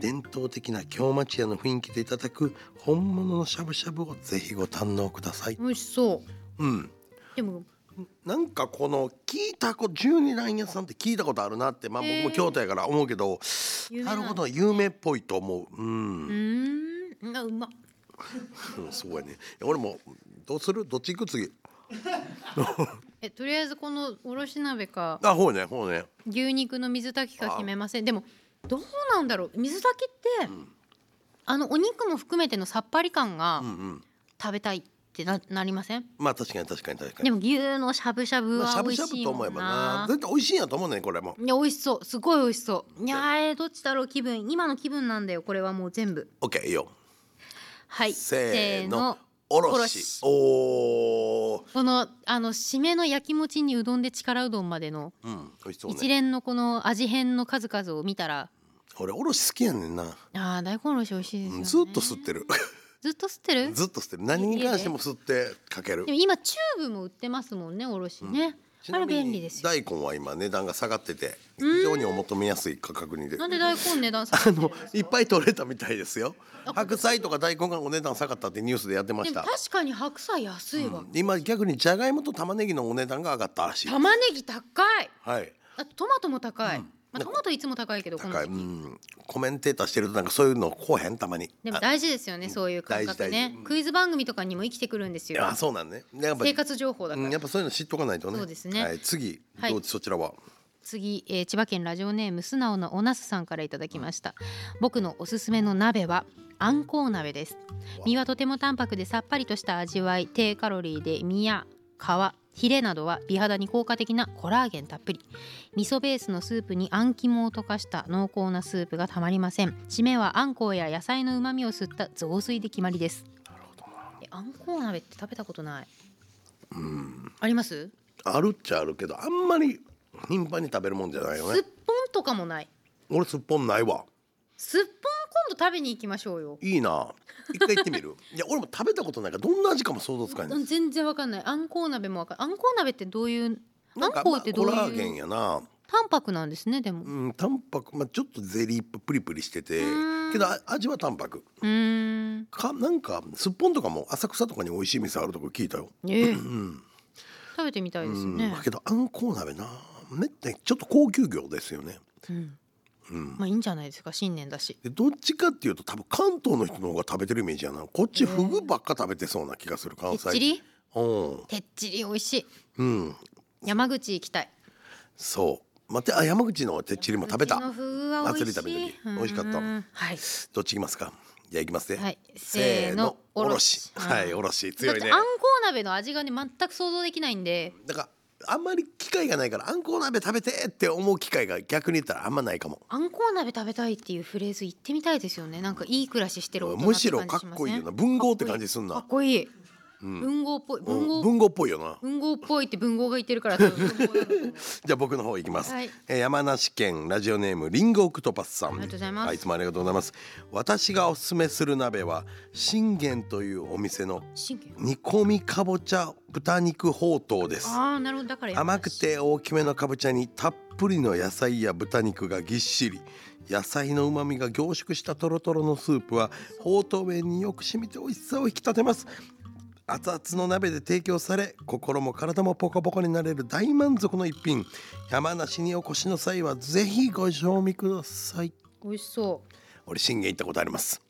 [SPEAKER 1] 伝統的な京町屋の雰囲気でいただく本物のしゃぶしゃぶをぜひご堪能ください
[SPEAKER 2] 美味しそう
[SPEAKER 1] うん
[SPEAKER 2] でも
[SPEAKER 1] なんかこの聞いたこ十二段屋さんって聞いたことあるなってまあ僕
[SPEAKER 2] へー
[SPEAKER 1] も京都やから思うけど
[SPEAKER 2] 有名
[SPEAKER 1] なんる
[SPEAKER 2] だ
[SPEAKER 1] ほど有名っぽいと思ううん
[SPEAKER 2] うーんあうま
[SPEAKER 1] うんそうやね俺もどうするどっち行く次
[SPEAKER 2] えとりあえずこのおろし鍋か
[SPEAKER 1] あほうねほうね
[SPEAKER 2] 牛肉の水炊きか決めませんでもどうなんだろう水炊きって、あのお肉も含めてのさっぱり感が
[SPEAKER 1] うんうん
[SPEAKER 2] 食べたいってななりません
[SPEAKER 1] まあ確かに確かに確かに
[SPEAKER 2] でも牛のしゃぶしゃぶ
[SPEAKER 1] まあしゃ
[SPEAKER 2] は美
[SPEAKER 1] ぶ
[SPEAKER 2] 味
[SPEAKER 1] しゃ
[SPEAKER 2] し
[SPEAKER 1] ぶ
[SPEAKER 2] い
[SPEAKER 1] と
[SPEAKER 2] も
[SPEAKER 1] 思え
[SPEAKER 2] ん
[SPEAKER 1] ばな
[SPEAKER 2] な
[SPEAKER 1] 絶対美味しいんやと思うねこれも
[SPEAKER 2] いや美味しそうすごい美味しそういやーえーどっちだろう気分今の気分なんだよこれはもう全部
[SPEAKER 1] OK いいよ
[SPEAKER 2] はい
[SPEAKER 1] せーのお
[SPEAKER 2] お
[SPEAKER 1] ろ
[SPEAKER 2] ろ
[SPEAKER 1] し
[SPEAKER 2] し
[SPEAKER 1] おー
[SPEAKER 2] このあの締めの焼きもちにうどんで力うどんまでの
[SPEAKER 1] うん美味しそうね
[SPEAKER 2] 一連のこの味変の数々を見たら
[SPEAKER 1] 俺おろし好きやねんな、
[SPEAKER 2] あー大根おろし美味しいですよ
[SPEAKER 1] う
[SPEAKER 2] ね
[SPEAKER 1] んずっと吸ってる
[SPEAKER 2] ずっと吸ってる
[SPEAKER 1] ずっと吸ってる何に関しても吸ってかける
[SPEAKER 2] でも今チューブも売ってますもんねおろしね、
[SPEAKER 1] ちなみに
[SPEAKER 2] あら便利ですよ
[SPEAKER 1] 大根は今値段が下がってて非常にお求めやすい価格にで
[SPEAKER 2] なんで大根値段下
[SPEAKER 1] あ
[SPEAKER 2] がってる
[SPEAKER 1] の
[SPEAKER 2] んですか
[SPEAKER 1] いっぱい取れたみたいですよ白菜とか大根がお値段下がったってニュースでやってま
[SPEAKER 2] で
[SPEAKER 1] し
[SPEAKER 2] も
[SPEAKER 1] た
[SPEAKER 2] 確かに白菜安いわ、
[SPEAKER 1] 今逆にじゃがいもと玉ねぎのお値段が上がったらしい
[SPEAKER 2] 玉ねぎ高い
[SPEAKER 1] はい
[SPEAKER 2] あとトマトも高い、まあ、
[SPEAKER 1] なんか
[SPEAKER 2] トマトいつも高いけどこの
[SPEAKER 1] 高い
[SPEAKER 2] 時
[SPEAKER 1] う
[SPEAKER 2] 期
[SPEAKER 1] んコメンテーターしてるとなんかそういうのこうへんたまに
[SPEAKER 2] でも
[SPEAKER 1] あ
[SPEAKER 2] 大事ですよねそういう感覚
[SPEAKER 1] 大事大
[SPEAKER 2] ね
[SPEAKER 1] 事うん
[SPEAKER 2] クイズ番組とかにも生きてくるんですよ
[SPEAKER 1] あそうなんねでやっぱ
[SPEAKER 2] 生活情報だか
[SPEAKER 1] う
[SPEAKER 2] ら、
[SPEAKER 1] んやっぱそういうの知っとかないとね
[SPEAKER 2] そうですね
[SPEAKER 1] はい、次
[SPEAKER 2] はい
[SPEAKER 1] どうそちらは
[SPEAKER 2] 次、えー千葉県ラジオネーム素直なおなすさんからいただきました僕のおすすめの鍋はあんこう鍋です身はとても淡白でさっぱりとした味わい低カロリーで身や皮ヒレなどは美肌に効果的なコラーゲンたっぷり味噌ベースのスープにあん肝を溶かした濃厚なスープがたまりません締めはあんこうや野菜のうまみを吸った雑炊で決まりですえあんこう鍋って食べたことないあります
[SPEAKER 1] あるっちゃあるけどあんまり頻繁に食べるもんじゃないよ
[SPEAKER 2] すっ
[SPEAKER 1] ね
[SPEAKER 2] ぽんとかもない
[SPEAKER 1] 俺すっぽんないわ
[SPEAKER 2] すっぽん今度食べに行きましょうよ。
[SPEAKER 1] いいな一回行ってみ るいや俺も食べたことないからどんな味かも想像つかない
[SPEAKER 2] うん全然わかんない。あんこう鍋もわかんない。あんこう鍋ってどういうあ
[SPEAKER 1] なん
[SPEAKER 2] ん
[SPEAKER 1] か
[SPEAKER 2] こうってどう
[SPEAKER 1] まあコラーゲ
[SPEAKER 2] い
[SPEAKER 1] ン
[SPEAKER 2] う
[SPEAKER 1] やな
[SPEAKER 2] 淡白なんですねでも。う
[SPEAKER 1] うんタンパクまあちょっとゼリーっぽいプリプリしてて
[SPEAKER 2] ーん
[SPEAKER 1] けどあ味はタンパク
[SPEAKER 2] ーん。
[SPEAKER 1] かなんかすっぽんとかも浅草とかに美味しい店あるとこ聞いたよ
[SPEAKER 2] ええ
[SPEAKER 1] うん
[SPEAKER 2] 食べてみたいです
[SPEAKER 1] うん
[SPEAKER 2] ね
[SPEAKER 1] だ。けどあんこう鍋なめってちょっと高級魚ですよね
[SPEAKER 2] うん。
[SPEAKER 1] うん
[SPEAKER 2] まあいいんじゃないですか新年だし。
[SPEAKER 1] でどっちかっていうと多分関東の人の方が食べてるイメージやなこっちフグばっか食べてそうな気がする
[SPEAKER 2] て
[SPEAKER 1] 関
[SPEAKER 2] っ
[SPEAKER 1] 西
[SPEAKER 2] ちり
[SPEAKER 1] うん
[SPEAKER 2] てっちり美味しい。
[SPEAKER 1] うん
[SPEAKER 2] 山口行きたい。
[SPEAKER 1] そう待ってあ山口のてっちりも食べた
[SPEAKER 2] うちのフグは美味
[SPEAKER 1] 祭り
[SPEAKER 2] しい。
[SPEAKER 1] 食べた時美味しかった
[SPEAKER 2] うんはい。
[SPEAKER 1] どっち行きますかじゃあ行きますね、
[SPEAKER 2] はい。せーの
[SPEAKER 1] おろしはいおろし
[SPEAKER 2] だっ
[SPEAKER 1] 強い
[SPEAKER 2] て
[SPEAKER 1] ね
[SPEAKER 2] あんこう鍋の味がね全く想像できないんで。
[SPEAKER 1] だからあんまり機会がないからあんこう鍋食べてって思う機会が逆に言ったらあんまないかも
[SPEAKER 2] あんこう鍋食べたいっていうフレーズ言ってみたいですよね。なんかいい暮らししてる大人
[SPEAKER 1] む
[SPEAKER 2] って
[SPEAKER 1] しろ
[SPEAKER 2] 感じ
[SPEAKER 1] か
[SPEAKER 2] し
[SPEAKER 1] っ
[SPEAKER 2] ま
[SPEAKER 1] こ
[SPEAKER 2] す
[SPEAKER 1] いい
[SPEAKER 2] ね
[SPEAKER 1] よな。文豪って感じすん
[SPEAKER 2] か
[SPEAKER 1] な
[SPEAKER 2] っこいい。
[SPEAKER 1] うん
[SPEAKER 2] 文豪っぽい。
[SPEAKER 1] うん
[SPEAKER 2] 文豪、
[SPEAKER 1] 文豪っぽいよな
[SPEAKER 2] 文豪っぽいって文豪が言って るから。そう文豪だと思う
[SPEAKER 1] じゃあ僕の方行きます、
[SPEAKER 2] はい
[SPEAKER 1] えー山梨県ラジオネームリンゴオクトパスさんあり
[SPEAKER 2] がとうございます
[SPEAKER 1] いつもありがとうございます私がおすすめする鍋は信玄というお店の
[SPEAKER 2] 真剣。
[SPEAKER 1] 煮込みかぼちゃ豚肉ほうとうです
[SPEAKER 2] ああ、なるほど。だから。
[SPEAKER 1] 甘く。て大きめのかぼちゃにたっぷりの野菜や豚肉がぎっしり野菜のうまみが凝縮したとろとろのスープはほうとう麺によく染みて美味しさを引き立てます熱々の鍋で提供され心も体もポカポカになれる大満足の一品山梨にお越しの際はぜひご賞味ください
[SPEAKER 2] 美味しそう。
[SPEAKER 1] 俺信玄行ったことあります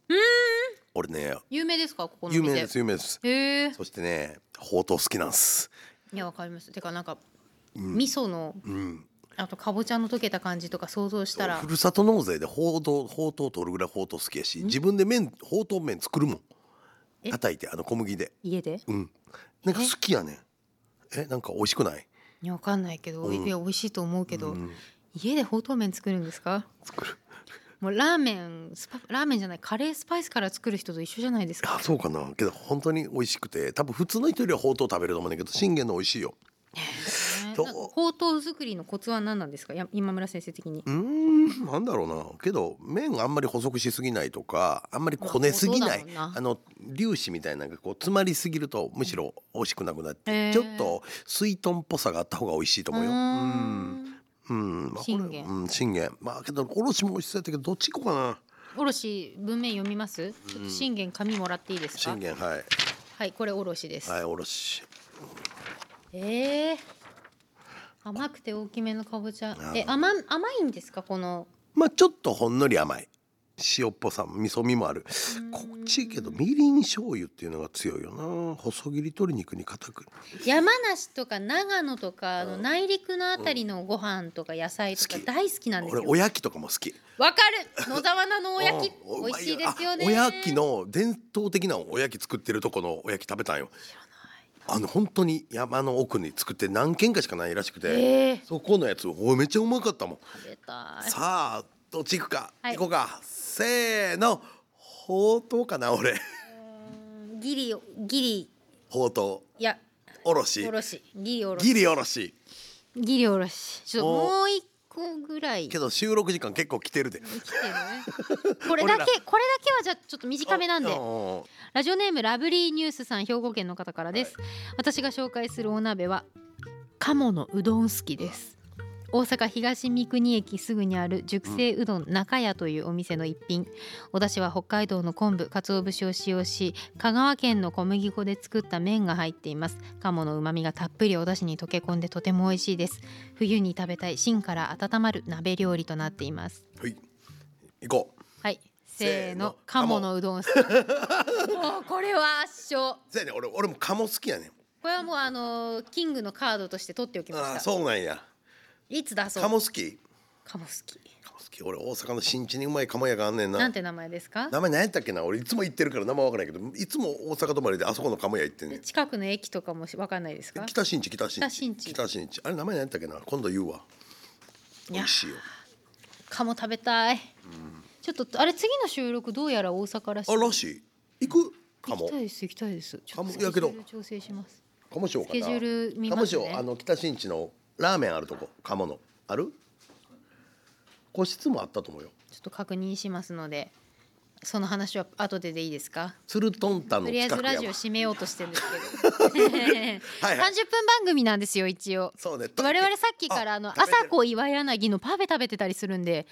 [SPEAKER 1] 俺ね
[SPEAKER 2] 有名ですかここの
[SPEAKER 1] 有
[SPEAKER 2] 店。
[SPEAKER 1] 名です有名です
[SPEAKER 2] へえ。
[SPEAKER 1] そしてねほうとう好きなんです
[SPEAKER 2] いやわかります。てかなんか、味噌の、
[SPEAKER 1] ん
[SPEAKER 2] あとかぼちゃの溶けた感じとか想像したら
[SPEAKER 1] ふ。るさと納税でほうとうほうとう取るぐらいほうとう好きやし自分で麺ほうとう麺作るもん
[SPEAKER 2] え
[SPEAKER 1] 叩いてあの小麦で
[SPEAKER 2] 家で。
[SPEAKER 1] うんなんか好きやねんえなんか美味しくない
[SPEAKER 2] いやわかんないけど、
[SPEAKER 1] うん
[SPEAKER 2] いや美味しいと思うけど、
[SPEAKER 1] うん
[SPEAKER 2] 家でほうとう麺作るんですか。
[SPEAKER 1] 作る
[SPEAKER 2] もうラーメンスパラーメンじゃないカレースパイスから作る人と一緒じゃないですか
[SPEAKER 1] あそうかなけど本当に美味しくて多分普通の人よりはほうとう食べると思うんだけど信玄の美味しいよ
[SPEAKER 2] ね
[SPEAKER 1] どう
[SPEAKER 2] なんかほうとう作りのコツは何なんですかや今村先生的に
[SPEAKER 1] うーんなんだろうなけど麺あんまり細くしすぎないとかあんまりこねすぎない、
[SPEAKER 2] まあそうだろうな
[SPEAKER 1] あの粒子みたいなのがこう詰まりすぎるとむしろ美味しくなくなって、
[SPEAKER 2] へー
[SPEAKER 1] ちょっと水豚っぽさがあった方が美味しいと思うよ。
[SPEAKER 2] う
[SPEAKER 1] う
[SPEAKER 2] ー
[SPEAKER 1] ん
[SPEAKER 2] ん
[SPEAKER 1] うん、まあ、
[SPEAKER 2] 信玄
[SPEAKER 1] これうん、信玄、まあ、けど、おろしも美味しそうやったけど、どっち行こうかな。
[SPEAKER 2] おろし文面読みますちょっと信玄紙もらっていいですか
[SPEAKER 1] 信玄、はい、
[SPEAKER 2] はいこれおろしです、
[SPEAKER 1] はい、おろし。
[SPEAKER 2] えー甘くて大きめのかぼちゃ
[SPEAKER 1] あー
[SPEAKER 2] え甘甘いんですかこの
[SPEAKER 1] まあ、ちょっとほんのり甘い。塩っぽさ、味噌味もある。こっちいけど、みりん醤油っていうのが強いよな。細切り鶏肉に固く。
[SPEAKER 2] 山梨とか長野とかあの内陸のあたりのご飯とか野菜とか
[SPEAKER 1] 好き
[SPEAKER 2] 大好きなんです
[SPEAKER 1] 俺、
[SPEAKER 2] よ
[SPEAKER 1] おやきとかも好き。
[SPEAKER 2] わかる野沢菜のおやき
[SPEAKER 1] うん
[SPEAKER 2] 美味しいですよね
[SPEAKER 1] あおやきの伝統的なおやき作ってるとこのおやき食べたんよ。あの本当に山の奥に作って何軒かしかないらしくて、
[SPEAKER 2] えー
[SPEAKER 1] そこのやつおめっちゃうまかったもん。
[SPEAKER 2] 食べたい
[SPEAKER 1] さあどっち行くか、
[SPEAKER 2] はい
[SPEAKER 1] 行こうかせーのほうとうかな俺
[SPEAKER 2] ギリギリ
[SPEAKER 1] ほうと
[SPEAKER 2] いや
[SPEAKER 1] うおろし
[SPEAKER 2] おろしギリおろし
[SPEAKER 1] ギリおろし
[SPEAKER 2] ギリおろしちょっと
[SPEAKER 1] お
[SPEAKER 2] もう一個ぐらい
[SPEAKER 1] けど収録時間結構来てるで
[SPEAKER 2] 生きてる ねこれ
[SPEAKER 1] 俺ら
[SPEAKER 2] だけこれだけはじゃあちょっと短めなんで
[SPEAKER 1] うん
[SPEAKER 2] ラジオネームラブリーニュースさん兵庫県の方からです、私が紹介するお鍋は鴨のうどん好きです大阪東三国駅すぐにある熟成うどん中屋というお店の一品お出汁は北海道の昆布鰹節を使用し香川県の小麦粉で作った麺が入っています鴨の旨味がたっぷりお出汁に溶け込んでとても美味しいです冬に食べたい芯から温まる鍋料理となっています
[SPEAKER 1] はい行こう
[SPEAKER 2] はいせー
[SPEAKER 1] せーの
[SPEAKER 2] の鴨のうどん好きもうこれは圧勝
[SPEAKER 1] そうやね俺俺も鴨好きやねん
[SPEAKER 2] これはもうあのーキングのカードとして取っておきま
[SPEAKER 1] ああ
[SPEAKER 2] した
[SPEAKER 1] そうなんや
[SPEAKER 2] いつ出そう
[SPEAKER 1] 鴨好き
[SPEAKER 2] 鴨好き
[SPEAKER 1] 鴨好き俺大阪の新地にうまい鴨屋があんねんな
[SPEAKER 2] なんて名前ですか
[SPEAKER 1] 名前何やったっけな俺いつも行ってるから名前わからないけどいつも大阪泊まりであそこの鴨屋行ってんね
[SPEAKER 2] で
[SPEAKER 1] ん
[SPEAKER 2] 近くの駅とかもしわかんないですか
[SPEAKER 1] 北新地北新地
[SPEAKER 2] 北新地
[SPEAKER 1] 北新地あれ名前何やったっけな今度言うわ
[SPEAKER 2] い
[SPEAKER 1] 美
[SPEAKER 2] や
[SPEAKER 1] 味しいよ
[SPEAKER 2] 鴨食べたい、ちょっとあれ次の収録どうやら大阪らし
[SPEAKER 1] あ
[SPEAKER 2] い
[SPEAKER 1] らしい行く
[SPEAKER 2] 行
[SPEAKER 1] 鴨
[SPEAKER 2] きたいです行きたいですちょっ
[SPEAKER 1] 鴨い
[SPEAKER 2] とス
[SPEAKER 1] やけ
[SPEAKER 2] ケジ
[SPEAKER 1] ど
[SPEAKER 2] ュール調整します
[SPEAKER 1] 鴨しようかな
[SPEAKER 2] スケジュール見ますね
[SPEAKER 1] 鴨しようあの北新地のラーメンあるとこ鴨のある個室もあったと思うよ
[SPEAKER 2] ちょっと確認しますのでその話は後ででいいですか
[SPEAKER 1] ツルトンタンの
[SPEAKER 2] とりあえ
[SPEAKER 1] 近
[SPEAKER 2] ず
[SPEAKER 1] く
[SPEAKER 2] ラ
[SPEAKER 1] や
[SPEAKER 2] ジオ
[SPEAKER 1] わ
[SPEAKER 2] 締めようとしてるんですけど30
[SPEAKER 1] はい
[SPEAKER 2] 分番組なんですよ一応
[SPEAKER 1] そうね
[SPEAKER 2] 我々さっきからあの
[SPEAKER 1] 食べてる
[SPEAKER 2] 朝子岩柳のパフェ食べてたりするんで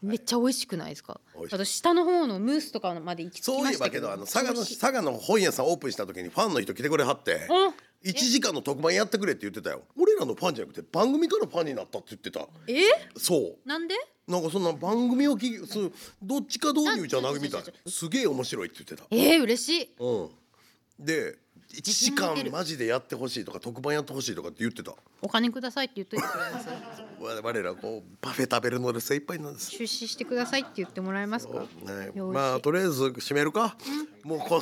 [SPEAKER 2] めっちゃ美味しくないですか
[SPEAKER 1] 美味しい
[SPEAKER 2] 私下の方のムースとかまで行き着き
[SPEAKER 1] そう
[SPEAKER 2] ま
[SPEAKER 1] いえ
[SPEAKER 2] した
[SPEAKER 1] ば
[SPEAKER 2] け
[SPEAKER 1] け
[SPEAKER 2] ど
[SPEAKER 1] どあの佐賀の
[SPEAKER 2] 調子
[SPEAKER 1] 佐賀の本屋さんオープンした時にファンの人来てくれはって
[SPEAKER 2] うん
[SPEAKER 1] 1時間の特番やってくれって言ってたよ俺らのファンじゃなくて番組からファンになったって言ってた
[SPEAKER 2] え
[SPEAKER 1] そう
[SPEAKER 2] なんで
[SPEAKER 1] なんかそんな番組を聞きそうどっちか導入じゃないみたい
[SPEAKER 2] なんちょちょちょち
[SPEAKER 1] すげえ面白いって言ってた
[SPEAKER 2] えー、嬉しい
[SPEAKER 1] うんで1時
[SPEAKER 2] 自信持て
[SPEAKER 1] 間
[SPEAKER 2] る
[SPEAKER 1] マジでやってほしいとか特番やってほしいとかって言ってた
[SPEAKER 2] お金くださいって言っといてください
[SPEAKER 1] 我我らこうパフェ食べるので精一杯なんですよ
[SPEAKER 2] 出資してくださいって言ってもらえますか
[SPEAKER 1] ね
[SPEAKER 2] よし
[SPEAKER 1] まあとりあえず締めるかもうこ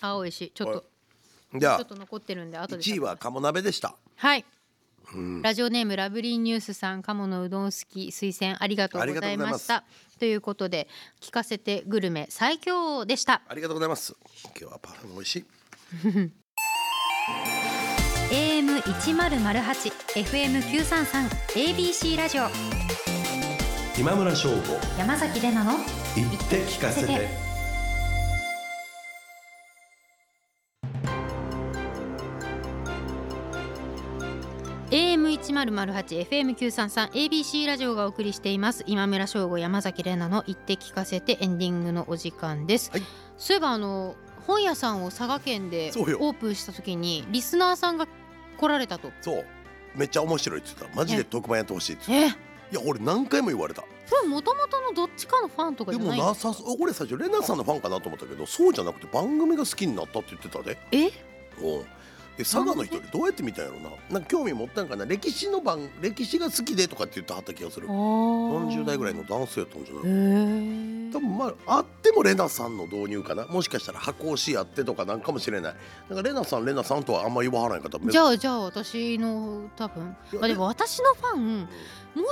[SPEAKER 2] あ美味しいちょっと
[SPEAKER 1] のじゃ
[SPEAKER 2] ちょ
[SPEAKER 1] あ
[SPEAKER 2] っと残ってるんで後で
[SPEAKER 1] 1位は鴨鍋でした
[SPEAKER 2] はい、ラジオネームラブリーニュースさん鴨のうどん好き推薦ありがとうございました
[SPEAKER 1] あ
[SPEAKER 2] といいうことで聞かせてグルメ最強王でした
[SPEAKER 1] ありがとうございます今日はパフェも美味しい
[SPEAKER 2] AM 一ゼロゼ八 FM 九三三 ABC ラジオ
[SPEAKER 1] 今村翔吾
[SPEAKER 2] 山崎れなの
[SPEAKER 1] 言って聞か
[SPEAKER 2] せてAM 一ゼロゼ八 FM 九三三 ABC ラジオがお送りしています今村翔吾山崎れなの言って聞かせてエンディングのお時間です、
[SPEAKER 1] はい
[SPEAKER 2] そういえばあの本屋さんを佐賀県でオ
[SPEAKER 1] そうよ
[SPEAKER 2] ープンした時にリスナーさんが来られたと
[SPEAKER 1] そうめっちゃ面白いって言ってたマジで特番やってほしいって言って
[SPEAKER 2] え
[SPEAKER 1] たいや俺何回も言われた
[SPEAKER 2] それもともとのどっちかのファンとか
[SPEAKER 1] で
[SPEAKER 2] じゃ
[SPEAKER 1] も
[SPEAKER 2] ない
[SPEAKER 1] なさそう俺最初レナさんのファンかなと思ったけどそうじゃなくて番組が好きになったって言ってたで
[SPEAKER 2] え
[SPEAKER 1] うんで佐賀の人でどうやって見たんやろななんか興味持ったんかな歴史の番歴史が好きでとかって言ってはった気がする40
[SPEAKER 2] 40
[SPEAKER 1] 代ぐら
[SPEAKER 2] い
[SPEAKER 1] いの男性やったんじゃない
[SPEAKER 2] へー
[SPEAKER 1] 多分まああってもレナさんの導入かなもしかしたら箱押しやってとかなんかもしれないなんかレナさんレナさんとはあんま言わはらない方
[SPEAKER 2] じゃあじゃあ私の多分
[SPEAKER 1] いや
[SPEAKER 2] まあでも私のファン
[SPEAKER 1] うん
[SPEAKER 2] も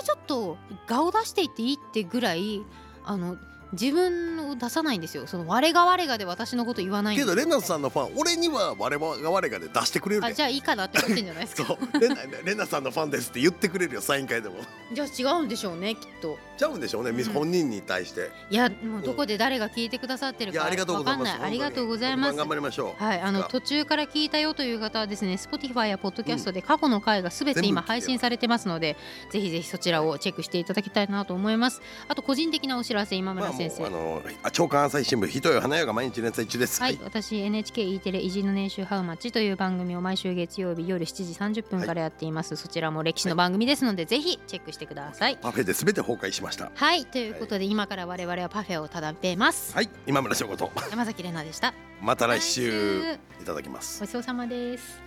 [SPEAKER 2] うちょっと顔出していっていいってぐらいあの自分を出さないんですよその我が我がで私のこと言わないんで
[SPEAKER 1] け
[SPEAKER 2] す
[SPEAKER 1] どレナさんのファン俺には我々が我々がで出してくれる
[SPEAKER 2] あ
[SPEAKER 1] で
[SPEAKER 2] じゃあいいかなって思ってんじゃないです
[SPEAKER 1] そ
[SPEAKER 2] か
[SPEAKER 1] うレナレナさんのファンですって言ってくれるよサイン会でも
[SPEAKER 2] じゃあ違うんでしょうねきっと
[SPEAKER 1] ちゃうんでしょうね、ミス
[SPEAKER 2] うん
[SPEAKER 1] 本人に対して
[SPEAKER 2] いやもうどこで誰が聞いてくださってる
[SPEAKER 1] いや
[SPEAKER 2] か
[SPEAKER 1] ありがとうござい
[SPEAKER 2] わかん
[SPEAKER 1] ます
[SPEAKER 2] ない
[SPEAKER 1] 本当
[SPEAKER 2] あ
[SPEAKER 1] に
[SPEAKER 2] りがとうございます
[SPEAKER 1] 特番頑張りましょう
[SPEAKER 2] はい、あの
[SPEAKER 1] さ
[SPEAKER 2] 途中から聞いたよという方はですね Spotify や Podcast で過去の回がすべて
[SPEAKER 1] 全部
[SPEAKER 2] 今
[SPEAKER 1] 聞け
[SPEAKER 2] 配信されてますので、ぜひぜひそちらをチェックしていただきたいなと思いますあと個人的なお知らせ
[SPEAKER 1] ま
[SPEAKER 2] 今村
[SPEAKER 1] あも
[SPEAKER 2] 先
[SPEAKER 1] う
[SPEAKER 2] 生、
[SPEAKER 1] あのあ長官朝日新聞ひとよ花よが毎日連載中です、
[SPEAKER 2] はい、私 NHKE テレ「偉人の年収ハウマッチ」という番組を毎週月曜日夜7時30分からやっています、そちらも歴史の番組ですので、ぜひチェックしてください
[SPEAKER 1] パフェで全て崩壊しました
[SPEAKER 2] はいということで、今から我々はパフェをただべます、
[SPEAKER 1] はい今村翔子と
[SPEAKER 2] 山崎れなでした
[SPEAKER 1] また来週
[SPEAKER 2] 来週
[SPEAKER 1] いただきます
[SPEAKER 2] ごちそうさまです